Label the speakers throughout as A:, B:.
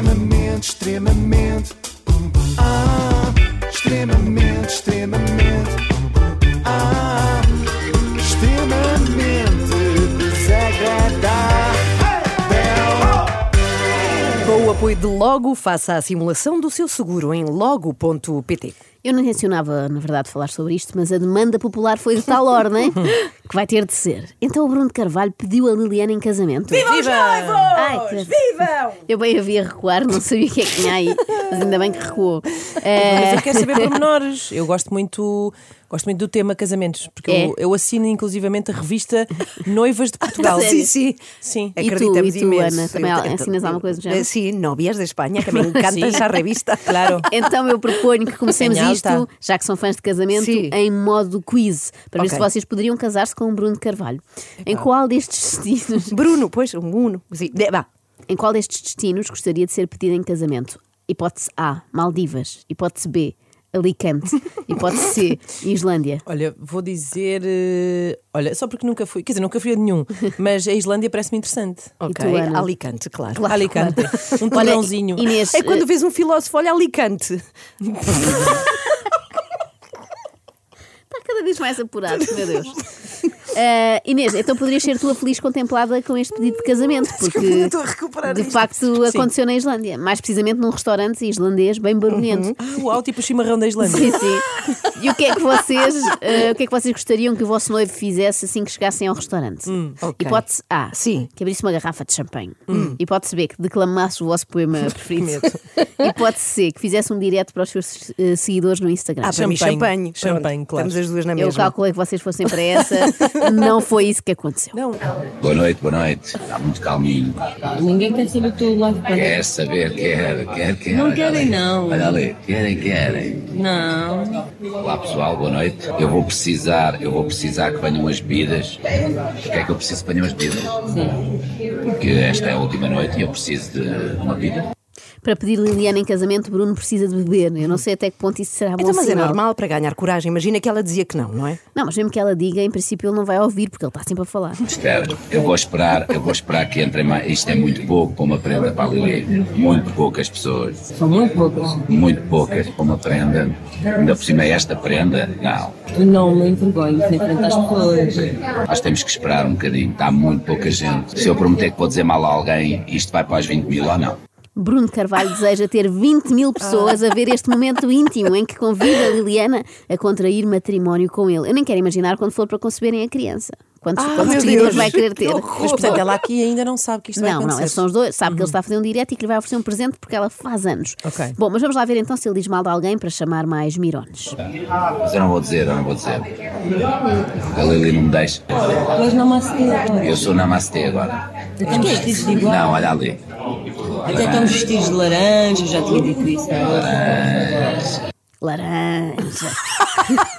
A: Extremamente, extremamente. Ah, extremamente, extremamente. Ah, extremamente desagradável.
B: Com o apoio de Logo, faça a simulação do seu seguro em logo.pt.
C: Eu não intencionava, na verdade, falar sobre isto, mas a demanda popular foi de tal ordem que vai ter de ser. Então o Bruno de Carvalho pediu a Liliana em casamento.
D: Vivam os noivos!
C: Ai, que-
D: Vivam!
C: Eu bem havia recuar, não sabia o que é que tinha aí, mas ainda bem que recuou.
D: Mas
C: Eh,
D: eu quero saber pormenores. Eu gosto muito, gosto muito do tema casamentos, porque
C: É?
D: eu, eu assino inclusivamente a revista Noivas de Portugal.
C: Sério?
B: sim.
D: Sim. É.
C: E tu,
B: Acreditamos
C: e tu,
B: imenso.
C: Ana, também
B: Eu-
C: ensinas alguma coisa do género?
B: Eh, Sim, Novias de Espanha, que me encanta
D: Sim.
B: essa revista. É
D: Claro.
C: Então eu proponho que comecemos
D: Em alta.
C: isto, já que são fãs de casamento,
B: Sim.
C: em modo quiz, para ver
B: Ok.
C: se vocês poderiam casar-se com o Bruno de Carvalho. Em qual destes destinos
B: Bruno, pois, um Uno. Sim, de- vá.
C: Em qual destes destinos gostaria de ser pedido em casamento? Hipótese A, Maldivas. Hipótese B, Alicante. Hipótese C, Islândia.
D: Olha, vou dizer. eh, olha, só porque nunca fui, quer dizer, nunca fui a nenhum, mas a Islândia parece-me interessante.
B: Ok,
C: tu, Ana?
B: Alicante, claro.
D: Alicante.
C: Oh,
D: Um
C: Olha,
D: torrãozinho.
C: Inês, eh,
B: É quando vês um filósofo, olha Alicante.
C: está tá cada vez mais apurado, meu Deus. Eh, Inês, então poderias ser tu a feliz contemplada com este pedido de casamento, porque
B: estou a recuperar
C: de
B: isto.
C: facto aconteceu na Islândia, mais precisamente num restaurante islandês bem barulhento.
D: Ah, uau, tipo o chimarrão da Islândia.
C: Sim, sim. E o que é que vocês, eh, o que é que vocês gostariam que o vosso noivo fizesse assim que chegassem ao restaurante?
B: Hum, ok.
C: Hipótese A,
B: Sim. Hum.
C: que abrisse uma garrafa de champanhe. Hipótese B, que declamasse o vosso poema preferido. Hipótese C, que fizesse um direto para os seus eh, seguidores no Instagram.
B: Ah, para mim, champanhe.
D: Champanhe.
B: Pronto,
D: Champanhe, claro.
B: Estamos as duas na
C: Eu
B: mesma.
C: calculei que vocês fossem para essa, não foi isso que aconteceu.
D: Não,
E: Boa noite, boa noite. Está muito calminho.
F: Ninguém quer saber do lado para
E: Quer saber, quer, quer, quer.
F: Não
E: Olha
F: querem,
E: ali.
F: não.
E: Olha ali, querem, querem.
F: Não.
E: Olá pessoal, boa noite. Eu vou precisar, eu vou precisar que venham as bebidas. Porquê é que eu preciso que venham as bebidas? Porque esta é a última noite e eu preciso de uma bebida.
C: Para pedir Liliana em casamento, Bruno precisa de beber. Eu não sei até que ponto isso será bom
B: Então, mas é
C: sinal.
B: normal para ganhar coragem. Imagina que ela dizia que não, não é?
C: Não, mas mesmo que ela diga, em princípio ele não vai ouvir, porque ele está sempre a falar.
E: Espera, eu vou esperar, eu vou esperar que entrem mais. Isto é muito pouco para uma prenda para a Lili. Muito poucas pessoas.
F: São muito poucas.
E: Muito poucas para uma prenda. Ainda por cima é esta prenda. Não.
F: Não me envergonho de enfrentar as pessoas.
E: Nós temos que esperar um bocadinho, está muito pouca gente. Se eu prometer que vou dizer mal a alguém, isto vai para os 20 mil ou não?
C: Bruno de Carvalho deseja ter 20
D: Ah.
C: mil pessoas a ver este momento íntimo em que convida a Liliana a contrair matrimónio com ele. Eu nem quero imaginar quando for para conceberem a criança. Quantos,
D: Ah,
C: quantos
B: meu
C: seguidores
B: Deus,
C: vai querer ter?
D: mas portanto, ela aqui ainda não sabe que isto vai
C: Não, é não,
D: acontecer. Uhum.
C: esses são os dois. Sabe que ele está a fazer um direto e que lhe vai oferecer um presente porque ela faz anos.
D: Ok.
C: Bom, mas vamos lá ver então se ele diz mal de alguém para chamar mais mirones.
E: Mas eu não vou dizer, eu não vou dizer. A Lili não me deixa.
F: Pois não me agora.
E: Eu sou namastê agora.
F: Até estão vestidos de igual.
E: Não, olha ali.
F: Até estão vestidos de laranja, já tinha dito isso.
C: Laranja.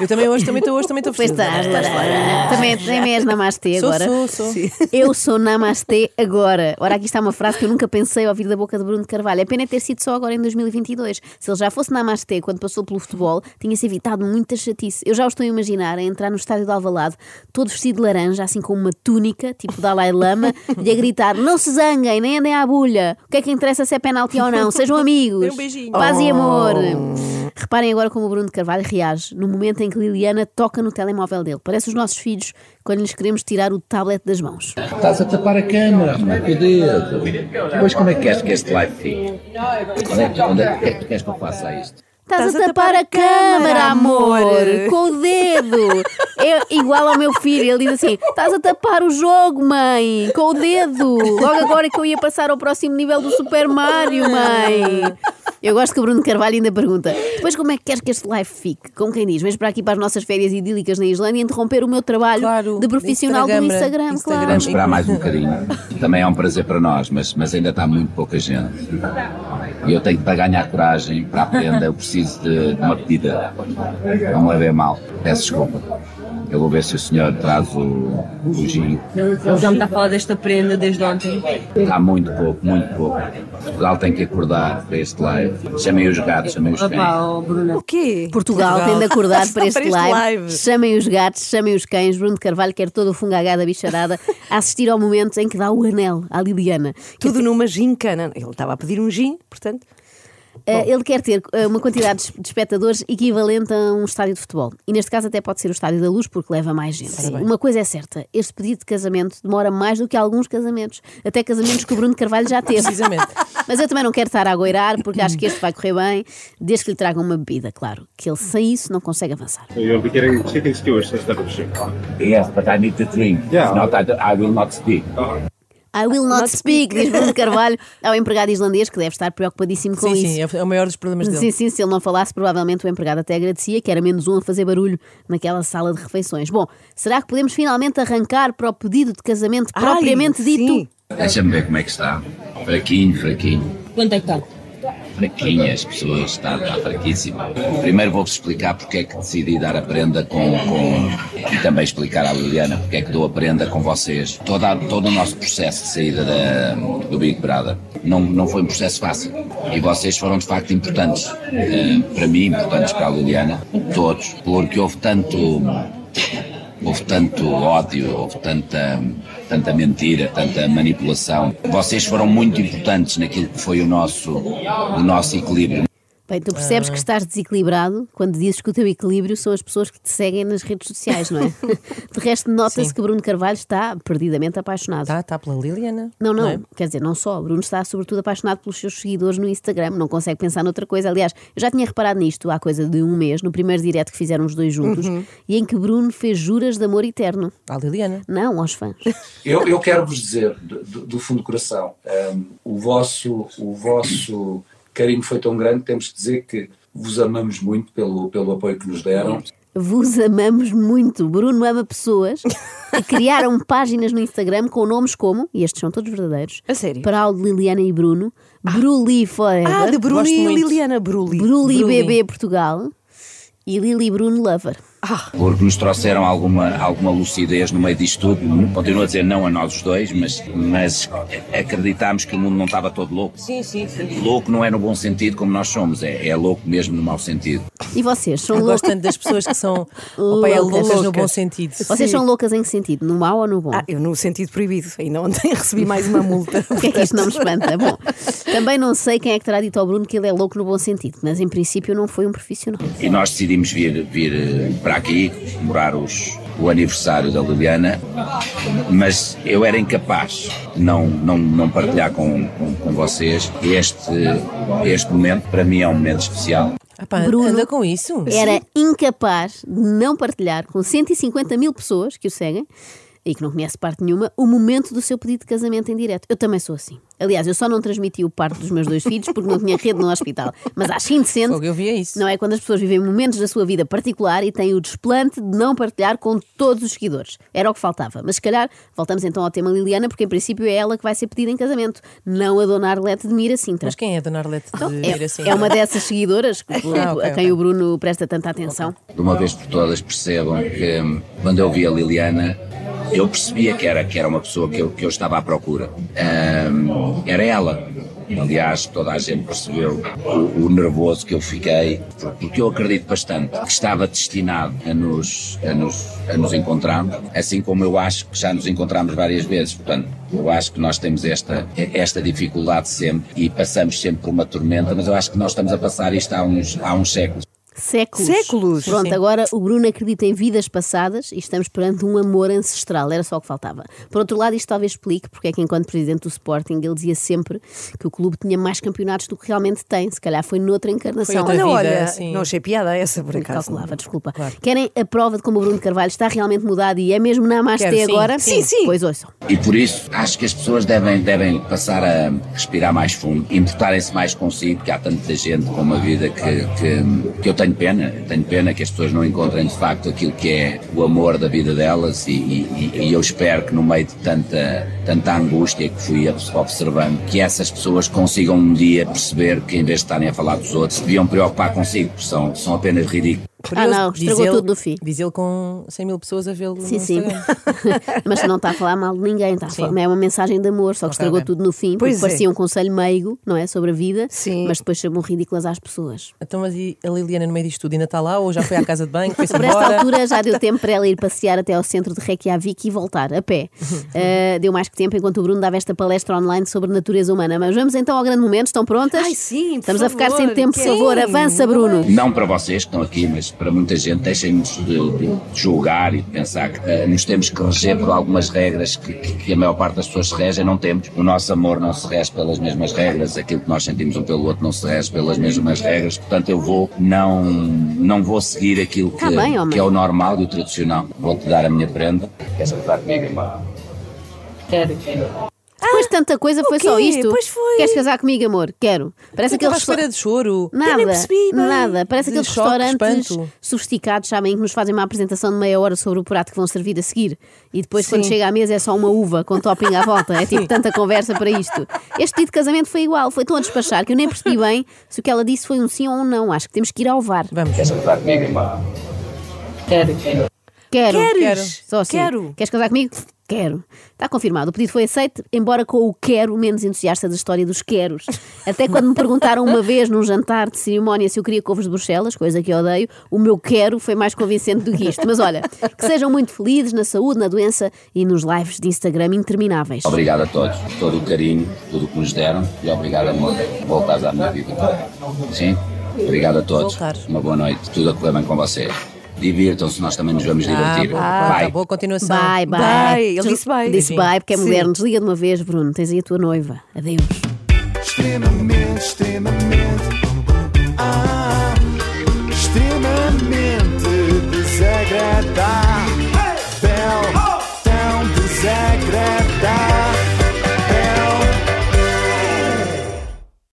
D: Eu também hoje também estou hoje também estou
C: Pois tá,
D: vestida.
C: estás, laranja. Também, é, também és namastê
D: Sou,
C: agora.
D: sou, sou.
C: Eu sou Namastê agora. Ora, aqui está uma frase que eu nunca pensei ouvir da boca de Bruno de Carvalho. A pena é ter sido só agora em 2022. Se ele já fosse Namastê quando passou pelo futebol, tinha-se evitado muita chatice. Eu já o estou a imaginar a entrar no estádio de Alvalade, todo vestido de laranja, assim com uma túnica, tipo Dalai Lama, e a gritar: Não se zanguem, nem andem à bulha. O que é que interessa se é penalti ou não? Sejam amigos.
D: um beijinho.
C: Paz e amor. Reparem agora como o Bruno de Carvalho reage no momento em que Liliana toca no telemóvel dele. Parece os nossos filhos quando lhes queremos tirar o tablet das mãos.
E: Estás a tapar a câmera, mete o dedo. Depois como é que queres que este live fique? Onde é que- onde é que- O que é que tu queres que eu faça a isto?
C: Estás a tapar a câmara, amor,
B: amor.
C: com o dedo. É igual ao meu filho, ele diz assim: estás a tapar o jogo, mãe, com o dedo. Logo agora é que eu ia passar ao próximo nível do Super Mario, mãe. Eu gosto que o Bruno Carvalho ainda pergunta: depois como é que queres que este live fique? Como quem diz, vens para aqui para as nossas férias idílicas na Islândia e interromper o meu trabalho
D: Claro,
C: de profissional do
D: Instagram,
C: Instagram,
D: Instagram.
C: claro.
E: Vamos esperar mais um bocadinho. Também é um prazer para nós, mas, mas ainda está muito pouca gente. E eu tenho que para ganhar coragem para a prenda, eu preciso preciso de, de uma pedida. Não me levei a mal. Peço desculpa. Eu vou ver se o senhor traz o, o gin.
F: Ele já me está a falar desta prenda desde ontem.
E: Há muito pouco, muito pouco. Portugal tem que acordar para este live. Chamei os gatos, chamei os cães.
F: Papá, oh, Bruna.
D: O quê?
C: Portugal, tem de acordar para este,
D: Para este
C: live.
D: live.
C: Chamem os gatos, chamem os cães. Bruno de Carvalho quer todo o fungo H da bicharada a assistir ao momento em que dá o anel à Liliana.
B: Tudo numa gincana. Ele estava a pedir um gin, portanto.
C: Eh, ele quer ter eh, uma quantidade de es- de espectadores equivalente a um estádio de futebol. E neste caso até pode ser o estádio da luz, porque leva mais gente. Uma coisa é certa: este pedido de casamento demora mais do que alguns casamentos. Até casamentos que o Bruno de Carvalho já teve.
D: Precisamente.
C: Mas eu também não quero estar a agoirar, porque acho que este vai correr bem, desde que lhe tragam uma bebida, claro. Que ele sem isso não consegue avançar.
G: You'll be getting chicken skewers instead of chicken.
E: Yes, but I need to drink.
G: Yeah.
E: If not, I, do- I will not speak.
C: I will not, speak, diz Bruno de Carvalho ao empregado islandês, que deve estar preocupadíssimo com
D: Sim,
C: isso.
D: sim, é é o maior dos problemas dele.
C: Sim, sim, se ele não falasse, provavelmente o empregado até agradecia que era menos um a fazer barulho naquela sala de refeições. Bom, será que podemos finalmente arrancar para o pedido de casamento
D: Ai,
C: Ah, propriamente dito?
D: sim.
E: Deixa-me ver como é que está. Fraquinho, fraquinho.
F: Quanto é que está?
E: fraquinha, as pessoas está, está fraquíssima. Primeiro vou-vos explicar porque é que decidi dar a prenda com, com- e também explicar à Liliana porque é que dou a prenda com vocês. Toda, todo o nosso processo de saída da- do Big Brother não, não foi um processo fácil e vocês foram de facto importantes eh, para mim, importantes para a Liliana, todos, porque houve tanto Houve tanto ódio, houve tanta, tanta mentira, tanta manipulação. Vocês foram muito importantes naquilo que foi o nosso, o nosso equilíbrio.
C: Bem, tu percebes
D: Ah.
C: que estás desequilibrado quando dizes que o teu equilíbrio são as pessoas que te seguem nas redes sociais, não é? de resto, nota-se
D: Sim.
C: que Bruno Carvalho está perdidamente apaixonado.
D: Está, está Tá, pela Liliana.
C: Não, não,
D: é?
C: quer dizer, não só. Bruno está sobretudo apaixonado pelos seus seguidores no Instagram, não consegue pensar noutra coisa. Aliás, eu já tinha reparado nisto há coisa de um mês, no primeiro direto que fizeram os dois juntos,
B: Uhum.
C: e em que Bruno fez juras de amor eterno.
D: À Tá, Liliana.
C: Não, aos fãs.
H: Eu, eu quero vos dizer, do, do- do fundo do coração, hum, o, vosso, o vosso carinho foi tão grande, temos de dizer que vos amamos muito pelo, pelo apoio que nos deram.
C: Vos amamos muito. Bruno ama pessoas e criaram páginas no Instagram com nomes como, e estes são todos verdadeiros,
B: A sério?
C: Paraldo, Liliana e Bruno, Bruli Forever,
B: Ah, de Bruno
D: Gosto
B: e
D: muito.
B: Liliana Bruli.
C: Bruli BB Portugal e Lili Bruno Lover.
B: Ah.
E: Porque nos trouxeram alguma, alguma lucidez no meio disto tudo. Continuo a dizer não a nós os dois, mas, mas acreditámos que o mundo não estava todo louco.
F: Sim, sim, sim.
E: Louco não é no bom sentido como nós somos, é, é louco mesmo no mau sentido.
C: E vocês são
D: Eu
C: loucos.
D: gosto tanto das pessoas que são opa, é
C: Loucas.
D: loucas no bom sentido.
C: Vocês são loucas em que sentido? No mau ou no bom?
B: Ah, eu no sentido proibido. Ainda ontem recebi mais uma multa.
C: Porque é que isto não me espanta? Bom, também não sei quem é que terá dito ao Bruno que ele é louco no bom sentido, mas em princípio não foi um profissional.
E: E nós decidimos vir, vir eh, para aqui comemorar os, o aniversário da Liliana, mas eu era incapaz de não, não, não partilhar com, com, com vocês este, este momento. Para mim é um momento especial.
D: Ah, pá,
C: Bruno
D: anda com isso.
C: Era incapaz de não partilhar com 150 mil pessoas que o seguem e que não conhece parte nenhuma o momento do seu pedido de casamento em direto. Eu também sou assim. Aliás, eu só não transmiti o parto dos meus dois filhos porque não tinha rede no hospital. Mas acho indecente
D: Fogo, eu via isso.
C: Não é quando as pessoas vivem momentos da sua vida particular e têm o desplante de não partilhar com todos os seguidores. Era o que faltava. Mas se calhar, voltamos então ao tema Liliana, porque em princípio é ela que vai ser pedida em casamento, não a Dona Arlete de Mira Sintra.
D: Mas quem é a Dona Arlete de vir assim?
C: É, é uma dessas seguidoras que-
D: Ah, ok,
C: a quem
D: ok.
C: o Bruno presta tanta atenção.
E: De uma vez por todas percebam que hum, quando eu vi a Liliana, eu percebia que era, que era uma pessoa que eu, que eu estava à procura. Hum, era ela. Aliás, toda a gente percebeu o, o nervoso que eu fiquei, porque eu acredito bastante que estava destinado a nos, a nos, a nos encontrarmos, assim como eu acho que já nos encontramos várias vezes. Portanto, eu acho que nós temos esta, esta dificuldade sempre e passamos sempre por uma tormenta, mas eu acho que nós estamos a passar isto há uns, há uns séculos.
C: Séculos.
B: Séculos.
C: Pronto,
D: Sim.
C: agora o Bruno acredita em vidas passadas e estamos perante um amor ancestral, era só o que faltava. Por outro lado, isto talvez explique porque é que, enquanto presidente do Sporting, ele dizia sempre que o clube tinha mais campeonatos do que realmente tem. Se calhar foi noutra encarnação.
D: outra
B: Olha,
D: vida,
B: olha,
D: sim.
B: não achei piada essa por acaso. é?
C: Calculava, desculpa. Querem a prova de como o Bruno Carvalho está realmente mudado e é mesmo na Amastê
D: Quero, sim,
C: agora?
D: sim, sim.
C: Pois ouçam.
E: E por isso acho que as pessoas devem, devem passar a respirar mais fundo, importarem-se mais consigo, porque há tanta gente com uma vida que, que, que eu tenho pena, tenho pena que as pessoas não encontrem de facto aquilo que é o amor da vida delas e, e- e eu espero que no meio de tanta, tanta angústia que fui obs- observando, que essas pessoas consigam um dia perceber que em vez de estarem a falar dos outros, se deviam preocupar consigo, porque são, são apenas ridículos.
C: Ah, não,
D: Diz
C: estragou
D: ele-
C: tudo no fim.
D: Diz ele com 100 mil pessoas a vê-lo.
C: Sim,
D: no
C: sim.
D: Instagram.
C: Mas não está a falar mal de ninguém, está a falar, é uma mensagem de amor, só que
D: Ok,
C: estragou
D: bem.
C: tudo no fim, porque
B: Pois é.
C: parecia um conselho meigo, não é? Sobre a vida,
B: Sim.
C: mas depois chamam ridículas às pessoas.
D: Então, mas e a Liliana no meio disto tudo ainda está lá ou já foi à casa de banho? Foi-se
C: Por esta
D: embora?
C: altura já deu tempo para ela ir passear até ao centro de Reykjavik e voltar a pé.
B: Uhum.
C: Ah, deu mais que tempo enquanto o Bruno dava esta palestra online sobre natureza humana. Mas vamos então ao grande momento, estão prontas?
B: Ai, sim, por
C: Estamos a ficar sem
B: favor, é?
C: tempo, por
B: quero.
C: favor, avança, Bruno.
E: Não para vocês que estão aqui, mas para muita gente, deixem-nos de, de julgar e de pensar que eh, nos temos que reger por algumas regras que, que- que a maior parte das pessoas se regem, não temos. O nosso amor não se rege pelas mesmas regras, aquilo que nós sentimos um pelo outro não se rege pelas mesmas regras, portanto eu vou, não, não vou seguir aquilo que,
C: Tá bem, homem.
E: que é o normal e o tradicional. Vou-te dar a minha prenda. Queres apertar comigo?
F: Quero.
C: Depois de tanta coisa, foi
B: o quê?
C: só isto.
B: Pois foi.
C: Queres casar comigo, amor? Quero. Parece
D: Eu
C: aquele
D: estava à
C: resta-
D: espera de choro.
C: Nada,
B: Eu nem percebi bem.
C: nada. Parece
D: De
C: aqueles
D: choque,
C: restaurantes
D: espanto.
C: sofisticados, sabem, que nos fazem uma apresentação de meia hora sobre o prato que vão servir a seguir. E depois, quando chega à mesa, é só uma uva com topping à volta. É tipo tanta conversa para isto. Este pedido de casamento foi igual. Foi tão a despachar que eu nem percebi bem se o que ela disse foi um sim ou um não. Acho que temos que ir ao VAR.
D: Vamos.
E: Queres apertar comigo?
F: Quero.
C: Quero.
B: Queres?
C: Só assim.
B: Quero.
C: Queres casar comigo? Quero. Está confirmado. O pedido foi aceito, embora com o quero menos entusiasta da história dos queros. Até quando me perguntaram uma vez num jantar de cerimónia se eu queria couves de Bruxelas, coisa que eu odeio, o meu quero foi mais convincente do que isto. Mas olha, que sejam muito felizes na saúde, na doença e nos lives de Instagram intermináveis.
E: Obrigado a todos, por todo o carinho, tudo o que nos deram e obrigado, amor, por voltares à minha vida. Sim? Obrigado a todos.
D: Voltares.
E: Uma boa noite, tudo a correr bem com vocês. Divirtam-se, nós também nos vamos divertir.
D: Ah, tá
E: Bye.
D: boa continuação.
C: Bye, bye.
B: Bye. Ele disse bye.
C: Disse
D: Sim.
C: bye, porque é
B: Sim.
C: moderno. Desliga de uma vez, Bruno. Tens aí a tua noiva. Adeus.
A: extremamente, extremamente, ah, extremamente desagradável.